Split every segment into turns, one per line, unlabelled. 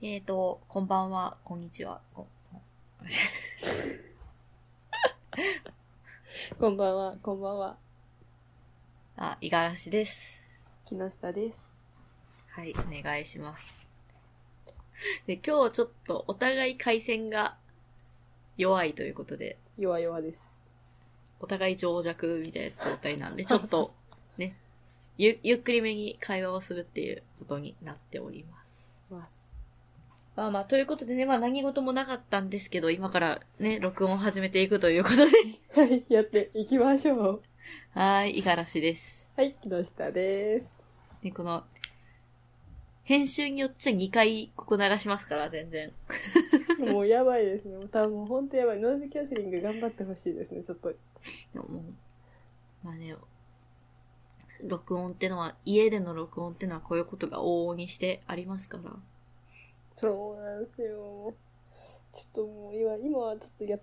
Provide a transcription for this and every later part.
えーと、こんばんは、こんにちは。こ
こんばんは、こんばんは。
あ、五十嵐です。
木下です。
はい、お願いします。で、今日ちょっとお互い回線が弱いということで、
弱々です。
お互い情弱みたいな状態なん で、ちょっとね、ゆ、ゆっくりめに会話をするっていうことになっております。
ます。
まあまあ、ということでね、まあ何事もなかったんですけど、今からね、録音を始めていくということで、
はい、 やっていきましょう。
はーい、五十嵐です。
はい、木下 です。
で、この、編集によっちゃ2回ここ流しますから、全然。
もうやばいですね。もう多分もう本当やばい。ノイズキャンセリング頑張ってほしいですね、ちょっと。
でももうまあね、録音ってのは、家での録音ってのはこういうことが往々にしてありますから。
そうなんですよ。ちょっともう今、今はちょっとや、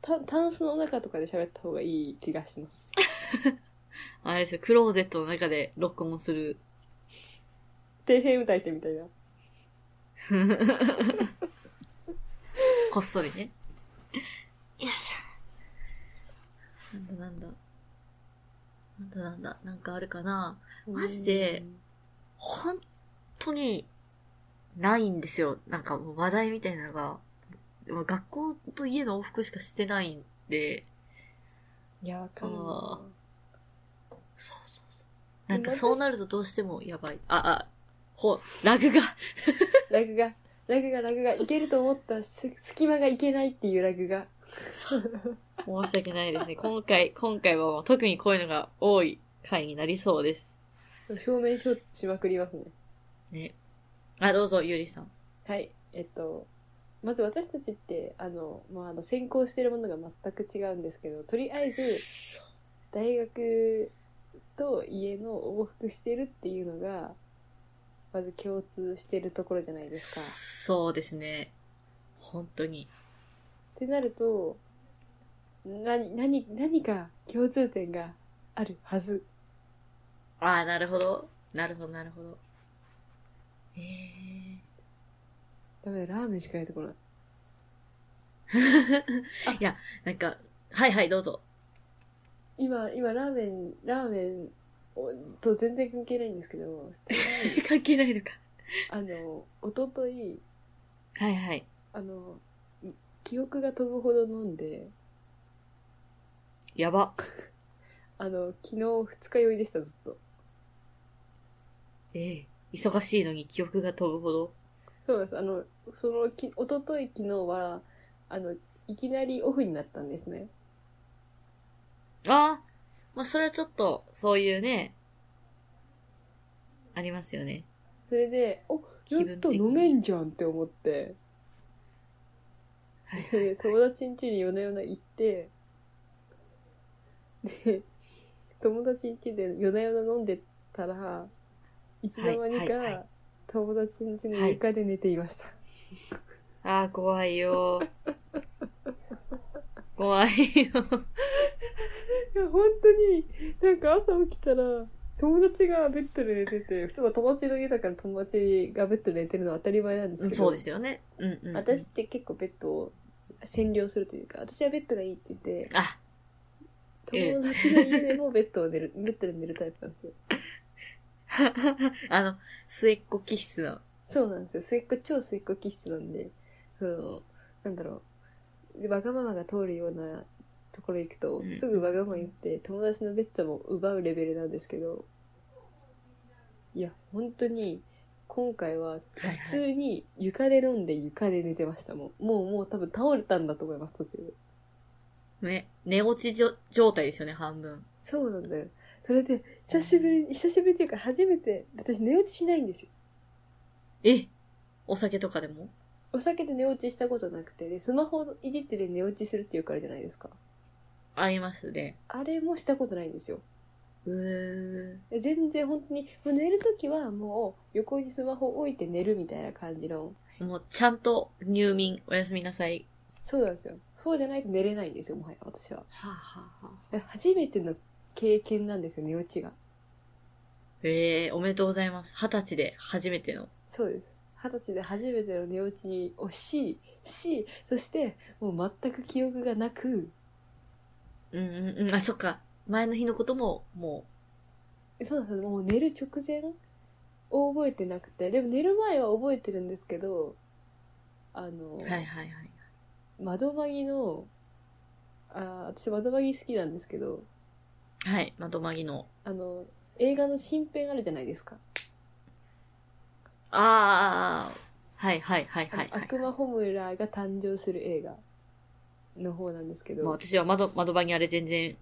た、タンスの中とかで喋った方がいい気がし ます。
あれですよ、クローゼットの中で録音する。
底辺歌いてみたいな。
こっそりね。よいしょ。なんだなんだ。なんだなんだ、なんかあるかな。マジで本当に、ないんですよ。なんかもう話題みたいなのが。でも学校と家の往復しかしてないんで、
うん。いや、わか
あ
るな。
そうそうそう。なんかそうなるとどうしてもやばい。あ、あ、ほ、ラグが。
ラグが、ラグが、ラグが、いけると思ったす隙間がいけないっていうラグ が。
申し訳ないです ね。今回、今回はもう特にこういうのが多い回になりそうです。
表面表示しまくりますね。
ね。あ、どうぞ、ゆりさん。
はい、えっと、まず私たちって、あの、まあ、あの、専攻しているものが全く違うんですけど、とりあえず、大学と家の往復してるっていうのが、まず共通してるところじゃないですか。
そうですね。本当に。
ってなると、何、何、何か共通点があるはず。
ああ、なるほど。なるほど、なるほど。えー。
ダメだ、ラーメンしか出てこない。
なんか、はいはい、どうぞ。
今、今、ラーメン、ラーメンをと全然関係ないんですけど、
関係ないのか。
あの、おととい、
はいはい。
あの、い記憶が飛ぶほど飲んで、
やば。
あの、昨日二日酔いでした、ずっと。
ええ忙しいのに記憶が飛ぶほど。
そうなんです。あの、その、き一昨日昨日は、あの、いきなりオフになったんですね。
ああ、まあ、それはちょっと、そういうね、ありますよね。
それで、お、ず
気
っ
分
と
的に
飲めんじゃんって思って、
はいはい。
で友達ん家に夜な夜な行って、で、友達ん家で夜な夜な飲んでたら、いつの間に
はいはいは
か、友達ん家の床で寝ていました。
ああ、怖い よ。怖いよ。
いや、本当に、なんか朝起きたら、友達がベッドで寝てて、普通は友達の家だから友達がベッドで寝てるのは当たり前なんですけど、
そうですよね。うんうん、うん。
私っ。て結構ベッドを占領するというか、私はベッドがいいって言って、
あ、 ええ
友達の家でもベッドを寝る、ベッドで寝るタイプなんですよ。
あの、末っ子気質の。
そうなんですよ。末っ子、超末っ子気質なんで、その、なんだろう、わがままが通るようなところ行くと
う、ん
すぐわがまま言って、友達のベッドも奪うレベルなんですけど、いや、本当に、今回は
はい
普
はい。
通に床で飲んで床で寝てましたもん。もうもう多分倒れたんだと思います、途中で。
ね、寝落ちじょ状態ですよね、半分。
そうなんだよ。それで、久しぶりに、久しぶりっていうか初めて、私寝落ちしないんですよ。
えお酒とかでも
お酒で寝落ちしたことなくて、で、スマホいじってで寝落ちするっていうからじゃないですか。
ありますね。
あれもしたことないんですよ。
うーん。
全然本当に、もう寝るときはもう横にスマホ置いて寝るみたいな感じの。
もう、ちゃんと入眠、おやすみなさい。
そうなんですよ。そうじゃないと寝れないんですよ、もはや私は。
はあ、はあはあ、
だから初めての経験なんですよ、寝落ちが。
ええおめでとうございます。二十歳で初めての。
そうです。二十歳で初めての寝落ちをし、し、そして、もう全く記憶がなく、
うんうんうん。あ、そっか。前の日のことも、も
そうだ、もう寝る直前を覚えてなくて、でも寝る前は覚えてるんですけど、あの、
う。はいはいはい。
窓マギの、あー私窓マギ好きなんですけど、
はい。窓まぎの。
あの、映画の新編あるじゃないですか。
ああ、はいはいはい
あ
は
の
い、はい。
悪魔ホムラが誕生する映画の方なんですけど、
まあ私は窓、窓場にあれ全然、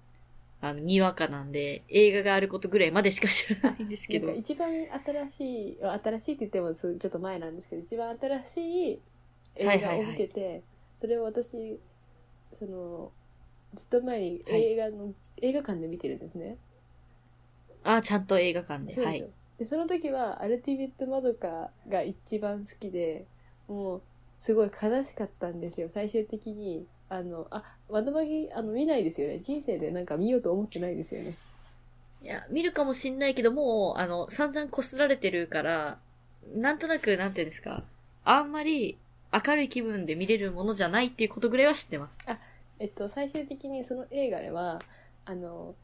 あの、にわかなんで、映画があることぐらいまでしか知らないんですけど
なん。か一番新しいあ新しいって言ってもそうちょっと前なんですけど一番新しい映画を見てて、それを私そのずっと前に映画の、映画館で見てるんですね。
ああ、ちゃんと映画館で。
そう
は
です
い
よ。でその時は「アルティメット・マドカ」が一番好きでもうすごい悲しかったんですよ最終的にあのあ窓マギあの見ないですよね人生でなんか見ようと思ってないですよね
いや、見るかもしんないけど、もう、あの、散々こすられてるから、なんとなく、なんていうんですか、あんまり明るい気分で見れるものじゃないっていうことぐらいは知ってます。
えっと、最終的にその映画では、あの、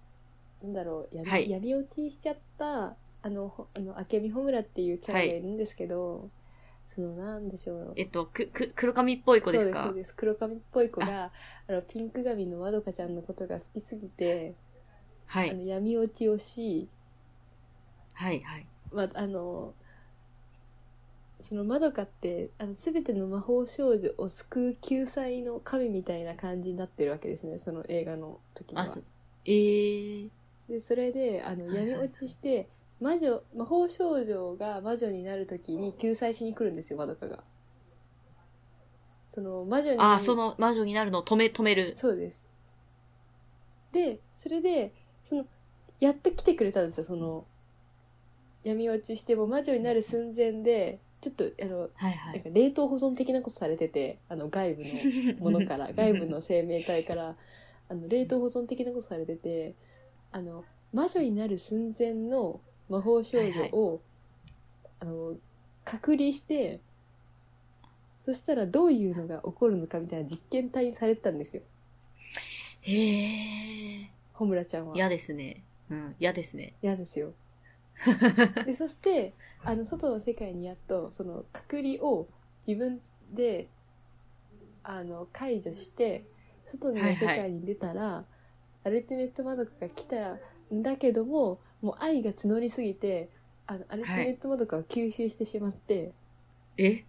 なんだろう、闇,、
はい
闇落ちしちゃった、あの、ほあの、明美穂村っていうキャラがいるんですけど、その、なんでしょう。
えっと、く、く、黒髪っぽい子ですか
そうです、そうです。黒髪っぽい子が、あの、ピンク髪のまどかちゃんのことが好きすぎて、
は
あ
い。
の、闇落ちをし、
はい、はい。
まあ、あの、そのまどかって、あの、すべての魔法少女を救う救済の神みたいな感じになってるわけですね、その映画の時には
あ、。そえー、
でそれであの
はいはい
闇落ちして魔女魔法少女が魔女になるときに救済しに来るんですよまどかがその魔女に
あ、その魔女になるのを止め、止める。
そうですでそれでそのやっと来てくれたんですよその闇落ちしても魔女になる寸前でちょっとあの
はい、
な
は
ん
い。
か冷凍保存的なことされててあの外部のもの から外部の生命体からあの冷凍保存的なことされててあの魔女になる寸前の魔法少女を、あの隔離してそしたらどういうのが起こるのかみたいな実験体にされてたんですよ
へえ
穂村ちゃんは
ー。嫌ですね。うん、嫌ですね。
嫌ですよでそしてあの外の世界にやっとその隔離を自分であの解除して外の世界に出たら、アルティメットマドカが来たんだけどももう愛が募りすぎてあのアルティメットマドカを吸収してしまって、
え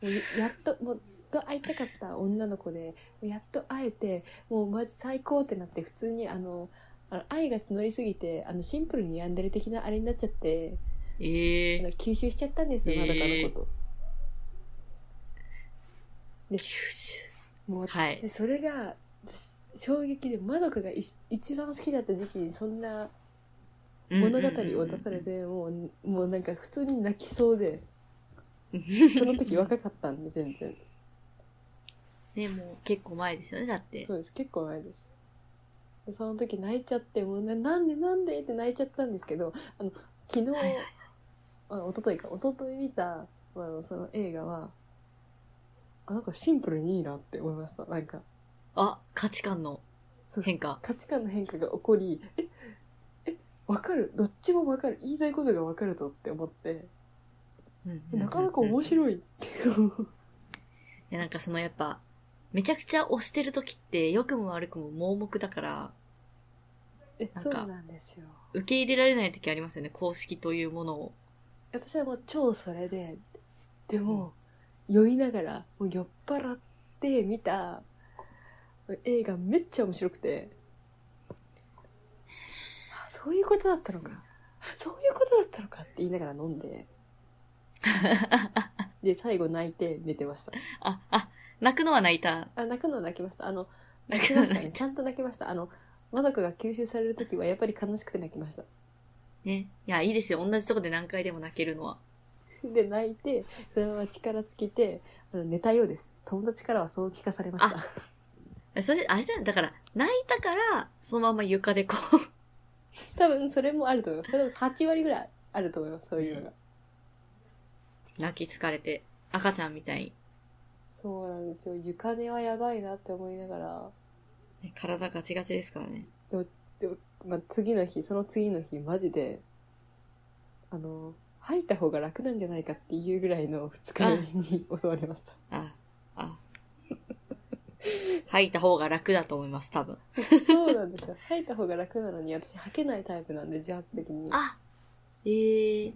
もうやっともうずっと会いたかった女の子でもうやっと会えてもうマジ最高ってなって普通にあのあの愛が募りすぎてあのシンプルに病んでる的なあれになっちゃって
え
あの
ー。
吸収しちゃったんですよまだかのこと、もう
はい
私それが私衝撃でまどかがい一番好きだった時期にそんな物語を出されてもうもうなんか普通に泣きそう で
うん、
その時若かったんで全然
ね、もう結構前ですよね、だって
そ。うです結構前ですでその時泣いちゃってもうねなんでなんでって泣いちゃったんですけどあの昨日、
はいはい
あ一昨日か一昨日見たあのその映画はあなんかシンプルにいいなって思いましたなんか
あ、価値観の変化。
価値観の変化が起こりええわかるどっちもわかる言いたいことがわかるぞって思ってえなかなか面
い。
白いっ ていう
いや、なんかそのやっぱ、めちゃくちゃ押してる時って、良くも悪くも盲目だから、
え
なん
そ
か
うなんですよ
受け入れられない時ありますよね、公式というものを。
私はもう超それででも、酔いながらもう酔っ払って見た映画めっちゃ面白くてあそういうことだったのかそういうことだったのかって言いながら飲んでで最後泣いて寝てました
あ、あ、泣くのは泣いた。
あ泣くのは泣きましたあの
泣く
泣きま
の
した
泣い
ね
た
ちゃんと泣きましたあのまどかが吸収される時はやっぱり悲しくて泣きました
ね。いや、いいですよ。同じとこで何回でも泣けるのは。
で泣いてそのまま力尽きてあの寝たようです友達からはそう聞かされました
それ、あれじゃないだから、泣いたから、そのまま床でこう、
多分それもあると思います。それも8割ぐらいあると思います、そういうのが。
泣き疲れて、赤ちゃんみたいに、
そうなんですよ。床根はやばいなって思いながら、
ね体ガチガチですからね。
でも、まあ、次の日、その次の日、マジで、あの、吐いた方が楽なんじゃないかっていうぐらいの二日目に襲われました。
あ、あ。 吐いた方が楽だと思います、多分。
そうなんですよ。 吐いた方が楽なのに、私吐けないタイプなんで、自発的に。
あええ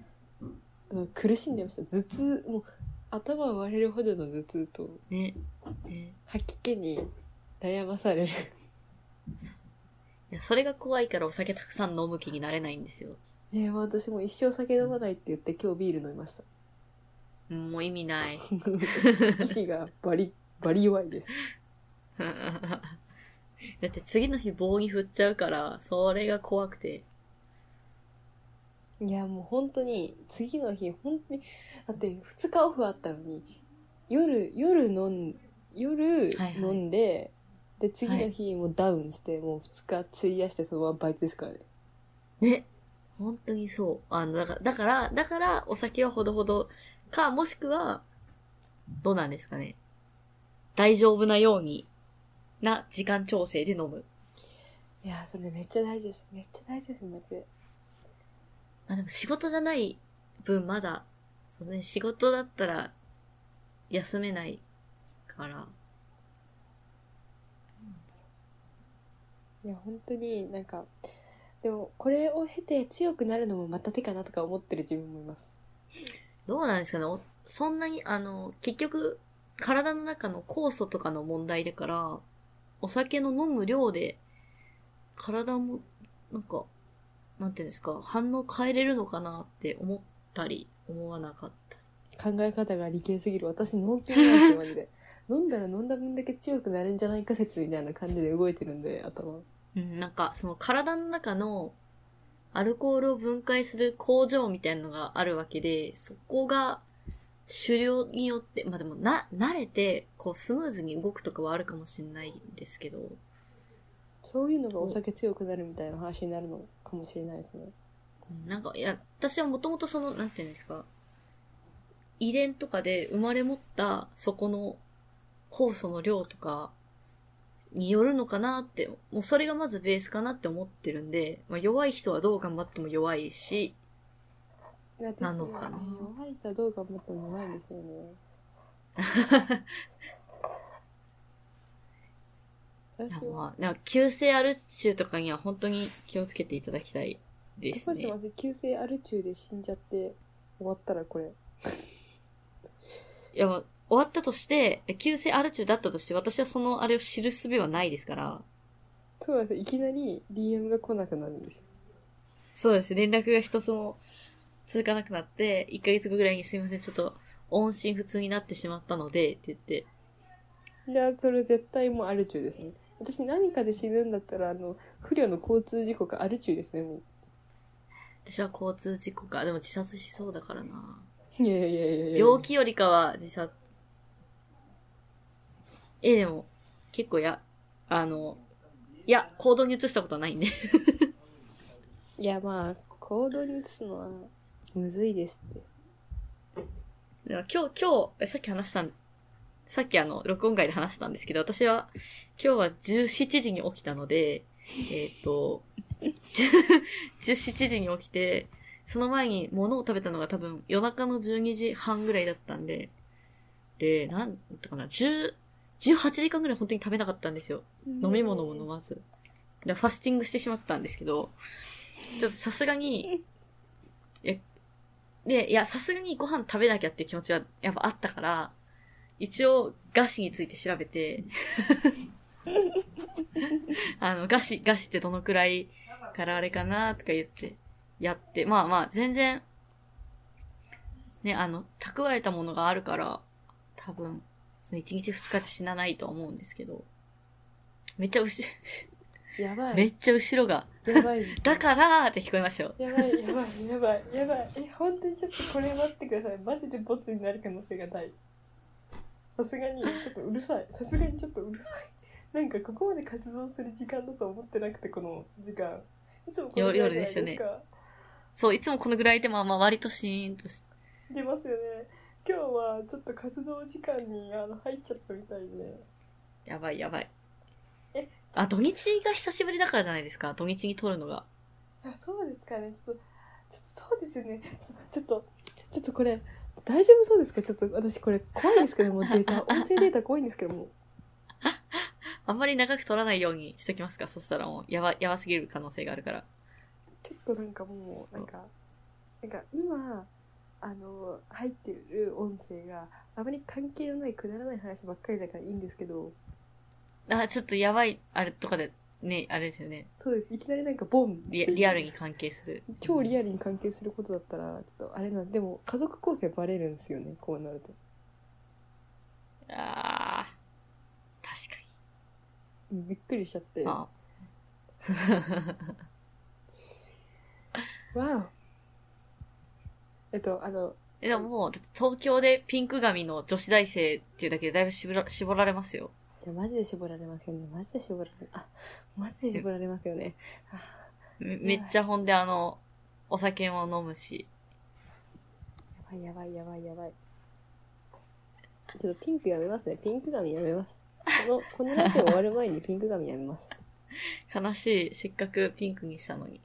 うん苦しんでました。頭痛、もう、頭割れるほどの頭痛と、
ね、ね。
吐き気に悩ま され。
いや、それが怖いからお酒たくさん飲む気になれないんですよ。
ねもう私もう一生酒飲まないって言って、今日ビール飲みました。
うんもう意味ない。
意志がバリ、バリ弱いです。
だって次の日棒に振っちゃうから、それが怖くて。
いやもう本当に次の日本当にだって2日オフあったのに夜夜飲ん
は
夜
いはい
飲んで、で次の日もうダウンして、もう2日費やしてそのままバイトですからね
ね。本当にそう。あの、だから、だから、だからお酒はほどほどか、もしくは、どうなんですかね。大丈夫なように、な時間調整で飲む。
いやそれめっちゃ大事ですめっちゃ大事ですマジで
あ、でも仕事じゃない分まだ、そうね、仕事だったら休めないから。
いや本当になんかでもこれを経て強くなるのもまた手かなとか思ってる自分もいます
どうなんですかねおそんなに、あの、結局、体の中の酵素とかの問題だから、お酒の飲む量で、体も、なんか、なんていうんですか、反応変えれるのかなって思ったり、思わなかったり。
考え方が理系すぎる私脳筋なんですよマジ で飲んだら飲んだ分だけ強くなるんじゃないか説みたいな感じで動いてるんで頭
うん、なんか、その体の中の、アルコールを分解する工場みたいなのがあるわけで、そこが、狩猟によって、まあ、でも、な、慣れて、こう、スムーズに動くとかはあるかもしれないんですけど、
そういうのがお酒強くなるみたいな話になるのかもしれないですね。
なんか、いや、私はもともとその、なんていうんですか、遺伝とかで生まれ持った、そこの酵素の量とかによるのかなって、もうそれがまずベースかなって思ってるんで、まあ、弱い人はどう頑張っても弱いし、
私
なのかな
弱い人はどう頑張っても弱いんですよね。
いや
私は、
まあ、なんか急性アルチューとかには本当に気をつけていただきたいです
もし
ね
も。し急性アル中で死んじゃって終わったらこれ。
いや、まあ終わったとして、急性アルチューだったとして、私はそのあれを知る術はないですから、
そうなんですよいきなり DM が来なくなるんですよ。
そうです。連絡が一つも続かなくなって、1ヶ月後ぐらいにすいません、ちょっと音信不通になってしまったので、って言って。
いや、それ絶対もうアル中ですね。私何かで死ぬんだったら、あの、不慮の交通事故かアル中ですね、も
私は交通事故か。でも自殺しそうだからな。
う。いやいやいやいやいや。
病気よりかは自殺。え、でも、結構や、あの、いや、行動に移したことはないんで。
いや、まあ、行動に移すのはむずいですって。
でも今日、今日え、さっき話したん、さっきあの、録音会で話したんですけど、私は、今日は17時に起きたので、えっ、と、17時に起きて、その前に物を食べたのが多分夜中の12時半ぐらいだったんで、で、なんとかな、10、18時間ぐらい本当に食べなかったんですよ。飲み物も飲まず。でファスティングしてしまったんですけど、ちょっとさすがに、いや、で、いや、さすがにご飯食べなきゃっていう気持ちはやっぱあったから、一応、餓死について調べて、 あの、餓死、餓死ってどのくらいからあれかなとか言って、やって、まあまあ、全然、ね、あの、蓄えたものがあるから、多分、その1日2日じゃ死なないとは思うんですけど、めっちゃ後ろ、
やばい。
めっちゃ後ろが、
やばいですね。
だからーって聞こえましたよ。
やばいやばいやばいやばいえ本当にちょっとこれ待ってくださいマジでボツになる可能性が大さすがにちょっとうるさいさすがにちょっとうるさいなんかここまで活動する時間だと思ってなくてこの時間いつもこのぐらいじゃないですか
夜夜ですよねそう、いつもこのぐらいで、まあまあ割とシーンとして。
出ますよね今日はちょっと活動時間にあの入っちゃったみたいで。
やばいやばい
え。
あ、土日が久しぶりだからじゃないですか。土日に撮るのが。
あそうですかね。ちょっと、ちょっとそうですよね。ちょっと、ちょっとちょっとこれ、大丈夫そうですかちょっと私これ怖いん ですけども、データ、音声データ怖いんですけども。
あんまり長く撮らないようにしときますか。そしたらもう、やば、やばすぎる可能性があるから。
ちょっとなんかもう、なんか、なんか今、あの、入ってる音声があまり関係のないくだらない話ばっかりだからいいんですけど、
あ、ちょっとやばい、あれとかで、ね、あれですよね。
そうです。いきなりなんかボンってい
リ
う
リアルに関係する。
超リアルに関係することだったら、ちょっとあれなんでも家族構成バレるんですよね、こうなると。
ああ。確か
びっくりしちゃって。
に。
わ
あ
おえっと、あの、
え、でももう、だって東京でピンク髪の女子大生っていうだけでだいぶ絞ら絞られますよ。
いや、マジで絞られますよね。マジで絞られ、あ、マジで絞られますよね。あ
めめっちゃほんであの、お酒も飲むし。
やばいやばいやばいやばい。ちょっとピンクやめますね。ピンク髪やめます。この、このラジオ終わる前にピンク髪やめます。
悲しい。せっかくピンクにしたのに。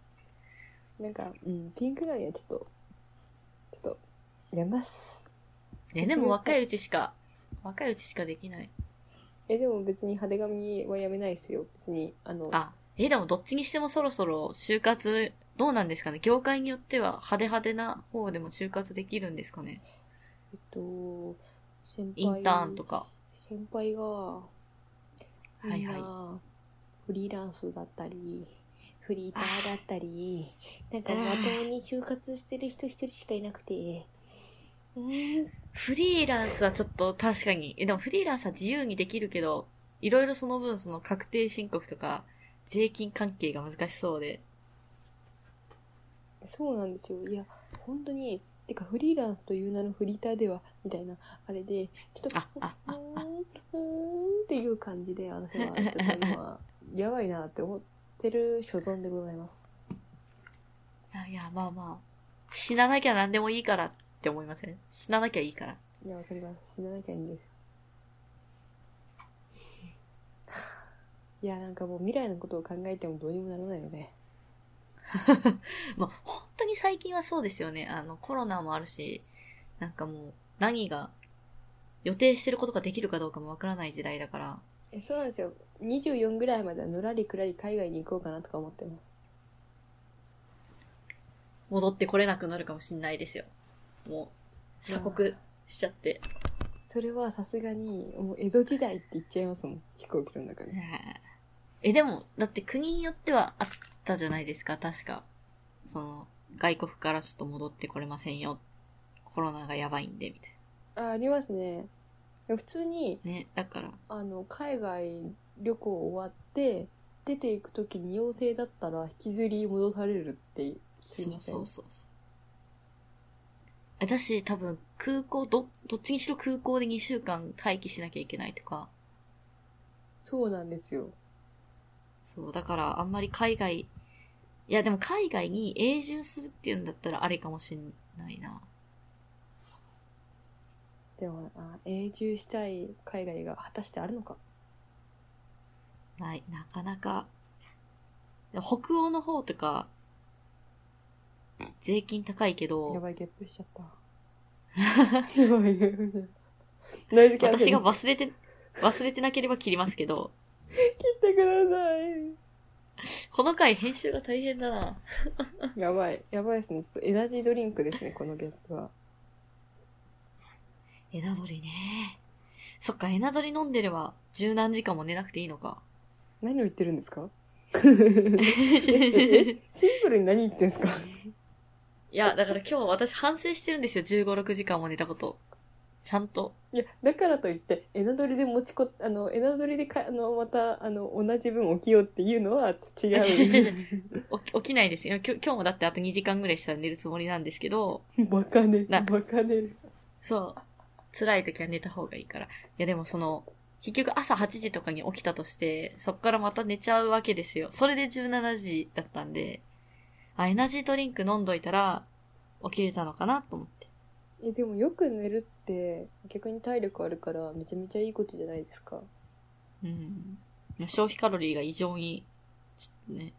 なんか、うん、ピンク髪はちょっと、ちょっと、やめます。
ね、でも若いうちしか、若いうちしかできない。
え、でも別に派手髪はやめないですよ。別に、あの、
あ、え、でもどっちにしてもそろそろ就活、どうなんですかね業界によっては派手派手な方でも就活できるんですかね
えっと、先輩。
インターンとか。
先輩が、
いはい
みんなフリーランスだったり、フリーターだったり、なんか
あー
まともに就活してる人一人しかいなくて、うーん、
フリーランスはちょっと確かに、え、でもフリーランスは自由にできるけど、いろいろその分その確定申告とか、税金関係が難しそうで。
そうなんですよ。いや、本当に、てかフリーランスという名のフリーターでは、みたいな、あれで、ちょっと、
ああああ
うーんうーんっていう感じで、私はちょっと今、やばいなって思ってる所存でございます。
いやいや、まあまあ。死ななきゃ何でもいいからって思いません死ななきゃいいから。
いや、わかります。死ななきゃいいんですよ。いや、なんかもう未来のことを考えてもどうにもならないので。
まあ、本当に最近はそうですよね。あの、コロナもあるし、なんかもう、何が、予定してることができるかどうかもわからない時代だから。
えそうなんですよ。24ぐらいまではのらりくらり海外に行こうかなとか思ってます。
戻ってこれなくなるかもしんないですよ。もう、鎖国しちゃって。
それはさすがに、もう江戸時代って言っちゃいますもん。飛行機の中で。
え、でも、だって国によってはあったじゃないですか、確か。その、外国からちょっと戻ってこれませんよ。コロナがやばいんで、みたい
あ、ありますね。普通に、
な。ね、だから。
あの、海外旅行終わって、出ていくときに陽性だったら引きずり戻されるって、すいません。
そうそうそう。私、多分、空港、ど、どっちにしろ空港で2週間待機しなきゃいけないとか、
そうなんですよ。
そう、だから、あんまり海外、いや、でも海外に永住するっていうんだったらあれかもしんないな。
でもあ永住したい海外が果たしてあるのか
ない、なかなか。北欧の方とか、税金高いけ
や
ど、
ばいゲップしちゃったやばいゲップしちゃったノイズキャン
私
セル
が忘れて、忘れてなければ切りますけど、
切ってくださ
この回編集が大変だな。
いやばいやばいですねちょっとエナジードリンクですねこのゲップは
エナドリね。そっか、エナドリ飲んでれば、十何時間も寝なくていいのか。
何を言ってるんで すかえ
い
シンプルに何言ってんですか
や、だから今日私反省してるんですよ、15、6時間も寝たこと。ちゃんと。
いやだからといってエナドリで持ちこあのエナドリでかあのまたあの同じ分起きようっていうのは
違
違
う違起
う
き起きないですよ。今日今日もだってあと2時間ぐらいしたら寝るつもりなんですけど、
バカね
な
バカねる
そう。辛い時は寝た方がいいから。いやでもその、結局朝8時とかに起きたとして、そっからまた寝ちゃうわけですよ。それで17時だったんで、あ、エナジードリンク飲んどいたら、起きれたのかなと思って。
えでもよく寝るっって逆に体力あるからめちゃめちゃいいことじゃないですか
うん。いや消費カロリーが異常に、ちょっとね、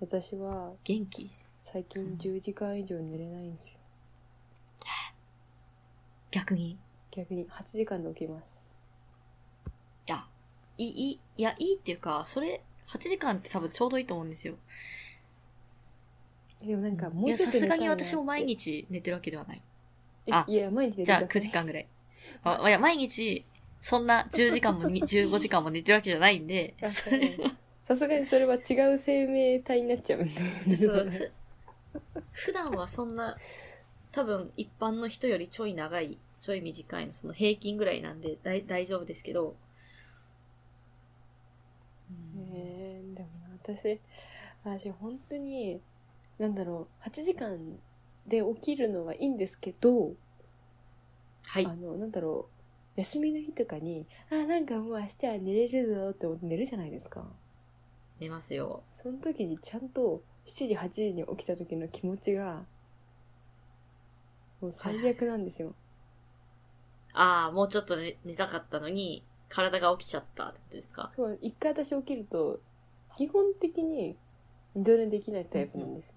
私は
元気。
最近10時間以上寝れないんですよ
逆に。い
逆に8時間で起きます
や、いい、いいいや、いいっていうか、それ、8時間って多分ちょうどいいと思うんですよ。
でもなんかも
いうや、
ちょ
さ
っと
す
寝
が
たい
に
なって
私も毎日寝てるわけではない。
え
あ
いや毎日寝て
じゃあ
くだ
9
さい
時間ぐらい。あいや、毎日、そんな10時間もに15時間も寝てるわけじゃないんで、
あ
そ
そ
れ
うさすがにそれは違う生命体になっちゃうんで
そう ふ普段はそんな、多分一般の人よりちょい長い、ちょい短いの、その平均ぐらいなんで大大丈夫ですけど、うん
ねえでも私私本当になんだろう8時間で起きるのはいいんですけど、
はい
あ。のなんだろう休みの日とかにあなんかもう明日は寝れるぞって思って寝るじゃないですか
寝ますよ。
その時にちゃんと7時8時に起きた時の気持ちがもう最悪なんですよ
ああ、もうちょっと寝寝たかったのに、体が起きちゃったってことですか
そう一回私起きると基本的に二度寝できないタイプなんですよ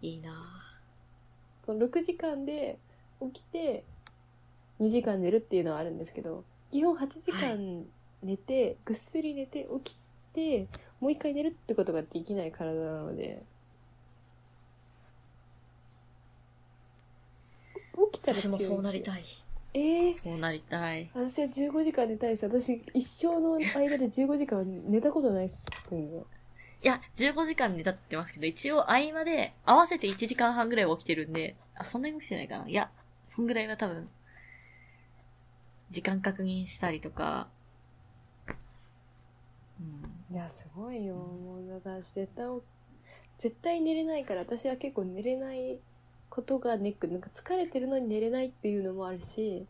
いいなぁ
その6時間で起きて2時間寝るっていうのはあるんですけど基本8時間寝て、ぐっすり寝て起きてもう一回寝るってことができない体なので起きたら
私もそうなり
い
たい。
えー、
そうなりたい。
私は15時間寝たいです私一生の間で15時間は寝たことないっすっていうの
いや、15時間寝たって言ってますけど、一応合間で、合わせて1時間半ぐらいは起きてるんで、あ、そんなに起きてないかないや、そんぐらいは多分、時間確認したりとか、うん。
いやすごいよもうだから絶対絶対寝れないから私は結構寝れないことがネックなんか疲れてるのに寝れないっていうのもあるし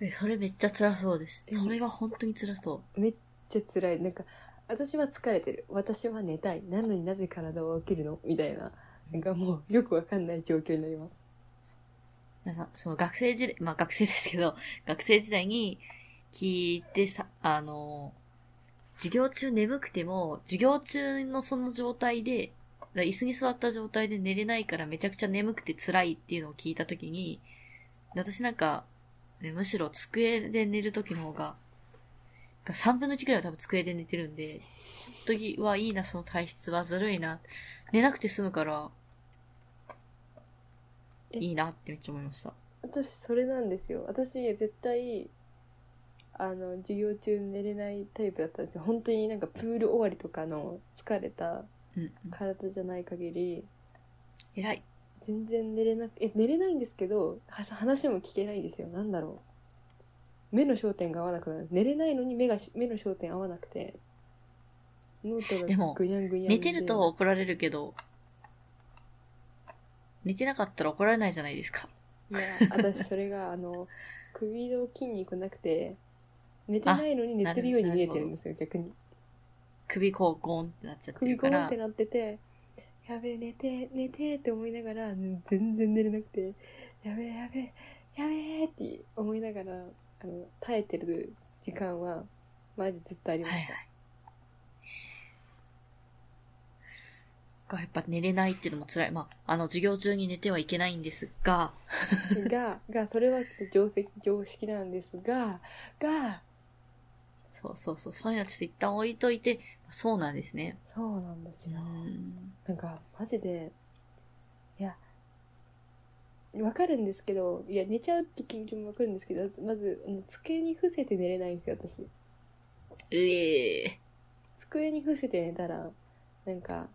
え、それめっちゃ辛そうです。
うん
それは本当に辛そ
めっちゃ辛いなんか私は疲れてる私は寝たいなのになぜ体は起きるのみたいななんかもうよくわかんない状況になります
う。なんか、その学生時代、まあ学生ですけど、 学生時代に聞いてさ、あの、授業中眠くても、授業中のその状態で、だ椅子に座った状態で寝れないからめちゃくちゃ眠くて辛いっていうのを聞いたときに、私なんか、ね、むしろ机で寝るときの方が、が3分の1くらいは多分机で寝てるんで、本当にはいいな、その体質はずるいな。寝なくて済むから、
え
いいなってめっちゃ思いました。
私それなんですよ私絶対あの授業中寝れないタイプだったんですよ本当になんかプール終わりとかの疲れた
うん、うん。
体じゃない限り
偉い。
全然寝れなくえ寝れないんですけどは話も聞けないんですよなんだろう目の焦点が合わなくなる寝れないのに目が目の焦点合わなくてノー
で
ト
も
がぐにゃんぐにゃんで
寝てると怒られるけど、寝てなかったら怒られないじゃないですか。
いや私それがあの首の筋肉なくて寝てないのに寝てるように見えてるんですよ逆に
首こうゴンってなっちゃって
首
る
ゴ
か
ロン
ら
って、なってて、やべえ、寝て、寝てって思いながら、全然寝れなくて、やべえ、やべえ、やべえって思いながら、あの、耐えてる時間は、マジずっとありました。
はいがやっぱ寝れないっていうのも辛い。まあ、あの、授業中に寝てはいけないんですが、
が、が、それはちょっと定石、常識なんですが、が、
そうそうそう、そういうのはちょっと一旦置いといて、そうなんですね。
そうなんです
う
よ。
ん。
なんか、マジで、いや、わかるんですけど、いや、寝ちゃうって気持ちもわかるんですけど、まず、あの机に伏せて寝れないんですよ、私。
うええ
机に伏せて寝たらなんか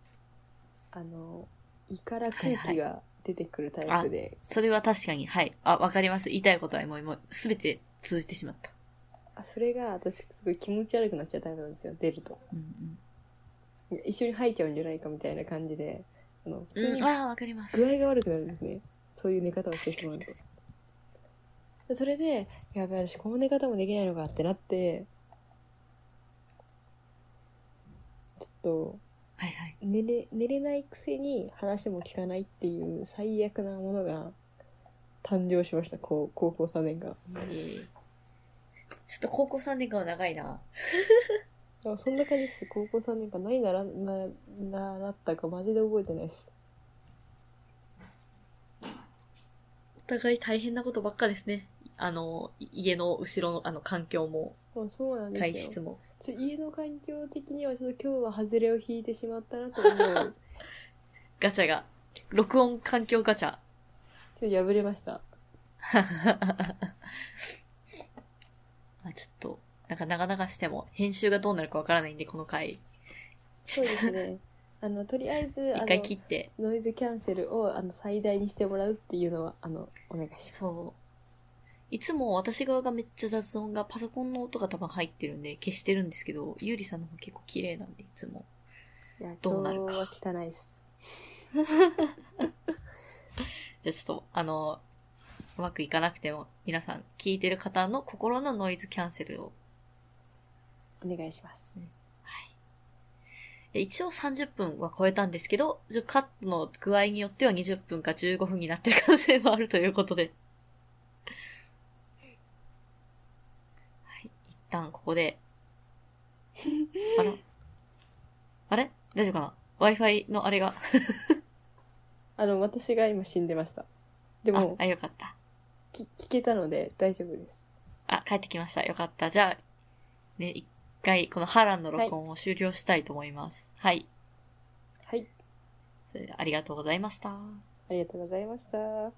あの胃から空気が出てくるタイプで、
それは確かに、はい。あ、わかります。言いたいことはもう、もう、すべて通じてしまった。
あそれが私すごい気持ち悪くなっちゃうタイプなんですよ出ると
うん
一緒に吐いちゃうんじゃないかみたいな感じであの普
うん。
通
う
に
ん、ああ、わかります。
具合が悪くなるんですね、そういう寝方をし
確
てし
か
まう
に
とでそれでやべえ私この寝方もできないのかってなってちょっと
はいはい。
寝れ寝れないくせに話も聞かないっていう最悪なものが誕生しました、高高校3年が。
えちょっと高校3年間は長いな。
でもそんな感じです。高校3年間何ならな習ったかマジで覚えてないです。
お互い大変なことばっかですね。あの、い家の後ろのあの環境も、
そうそうなん
体
です
質
よ。
も。
ちょ家の環境的にはちょっと今日は外れを引いてしまったなと 思う。
ガチャが。録音環境ガチャ。
ちょっと破れまし
あ、
た。
ちょっと、なんか長々しても、編集がどうなるかわからないんで、この回。ち
そ
ょ
う
っ
ですね。 あの、とりあえず、
と、
あ
一回
の、
切って。
ノイズキャンセルをあの最大にしてもらうっていうのは、あの、お願いします。
そう。いつも私側がめっちゃ雑音が、パソコンの音が多分入ってるんで、消してるんですけど、ゆうりさんの方結構綺麗なんで、いつも。
いや、
どうなる
今
か
日は汚いです。
じゃあちょっと、あの、うまくいかなくても、皆さん、聞いてる方の心のノイズキャンセルを。
お願いします。
え一応30分は超えたんですけど、ちょカットの具合によっては20分か15分になってる可能性もあるということで。はい。一旦ここで。あら。あれ大丈夫かな ?Wi-Fi のあれが。
あの、私が今死んでました。で
あ
も、
あ、よかった。
き聞けたので大丈夫です。
あ、帰ってきました。よかった。じゃあ、ね、一回、この波乱の録音を終了したいと思います。はい。
はい、
それではありがとうございました。
ありがとうございました。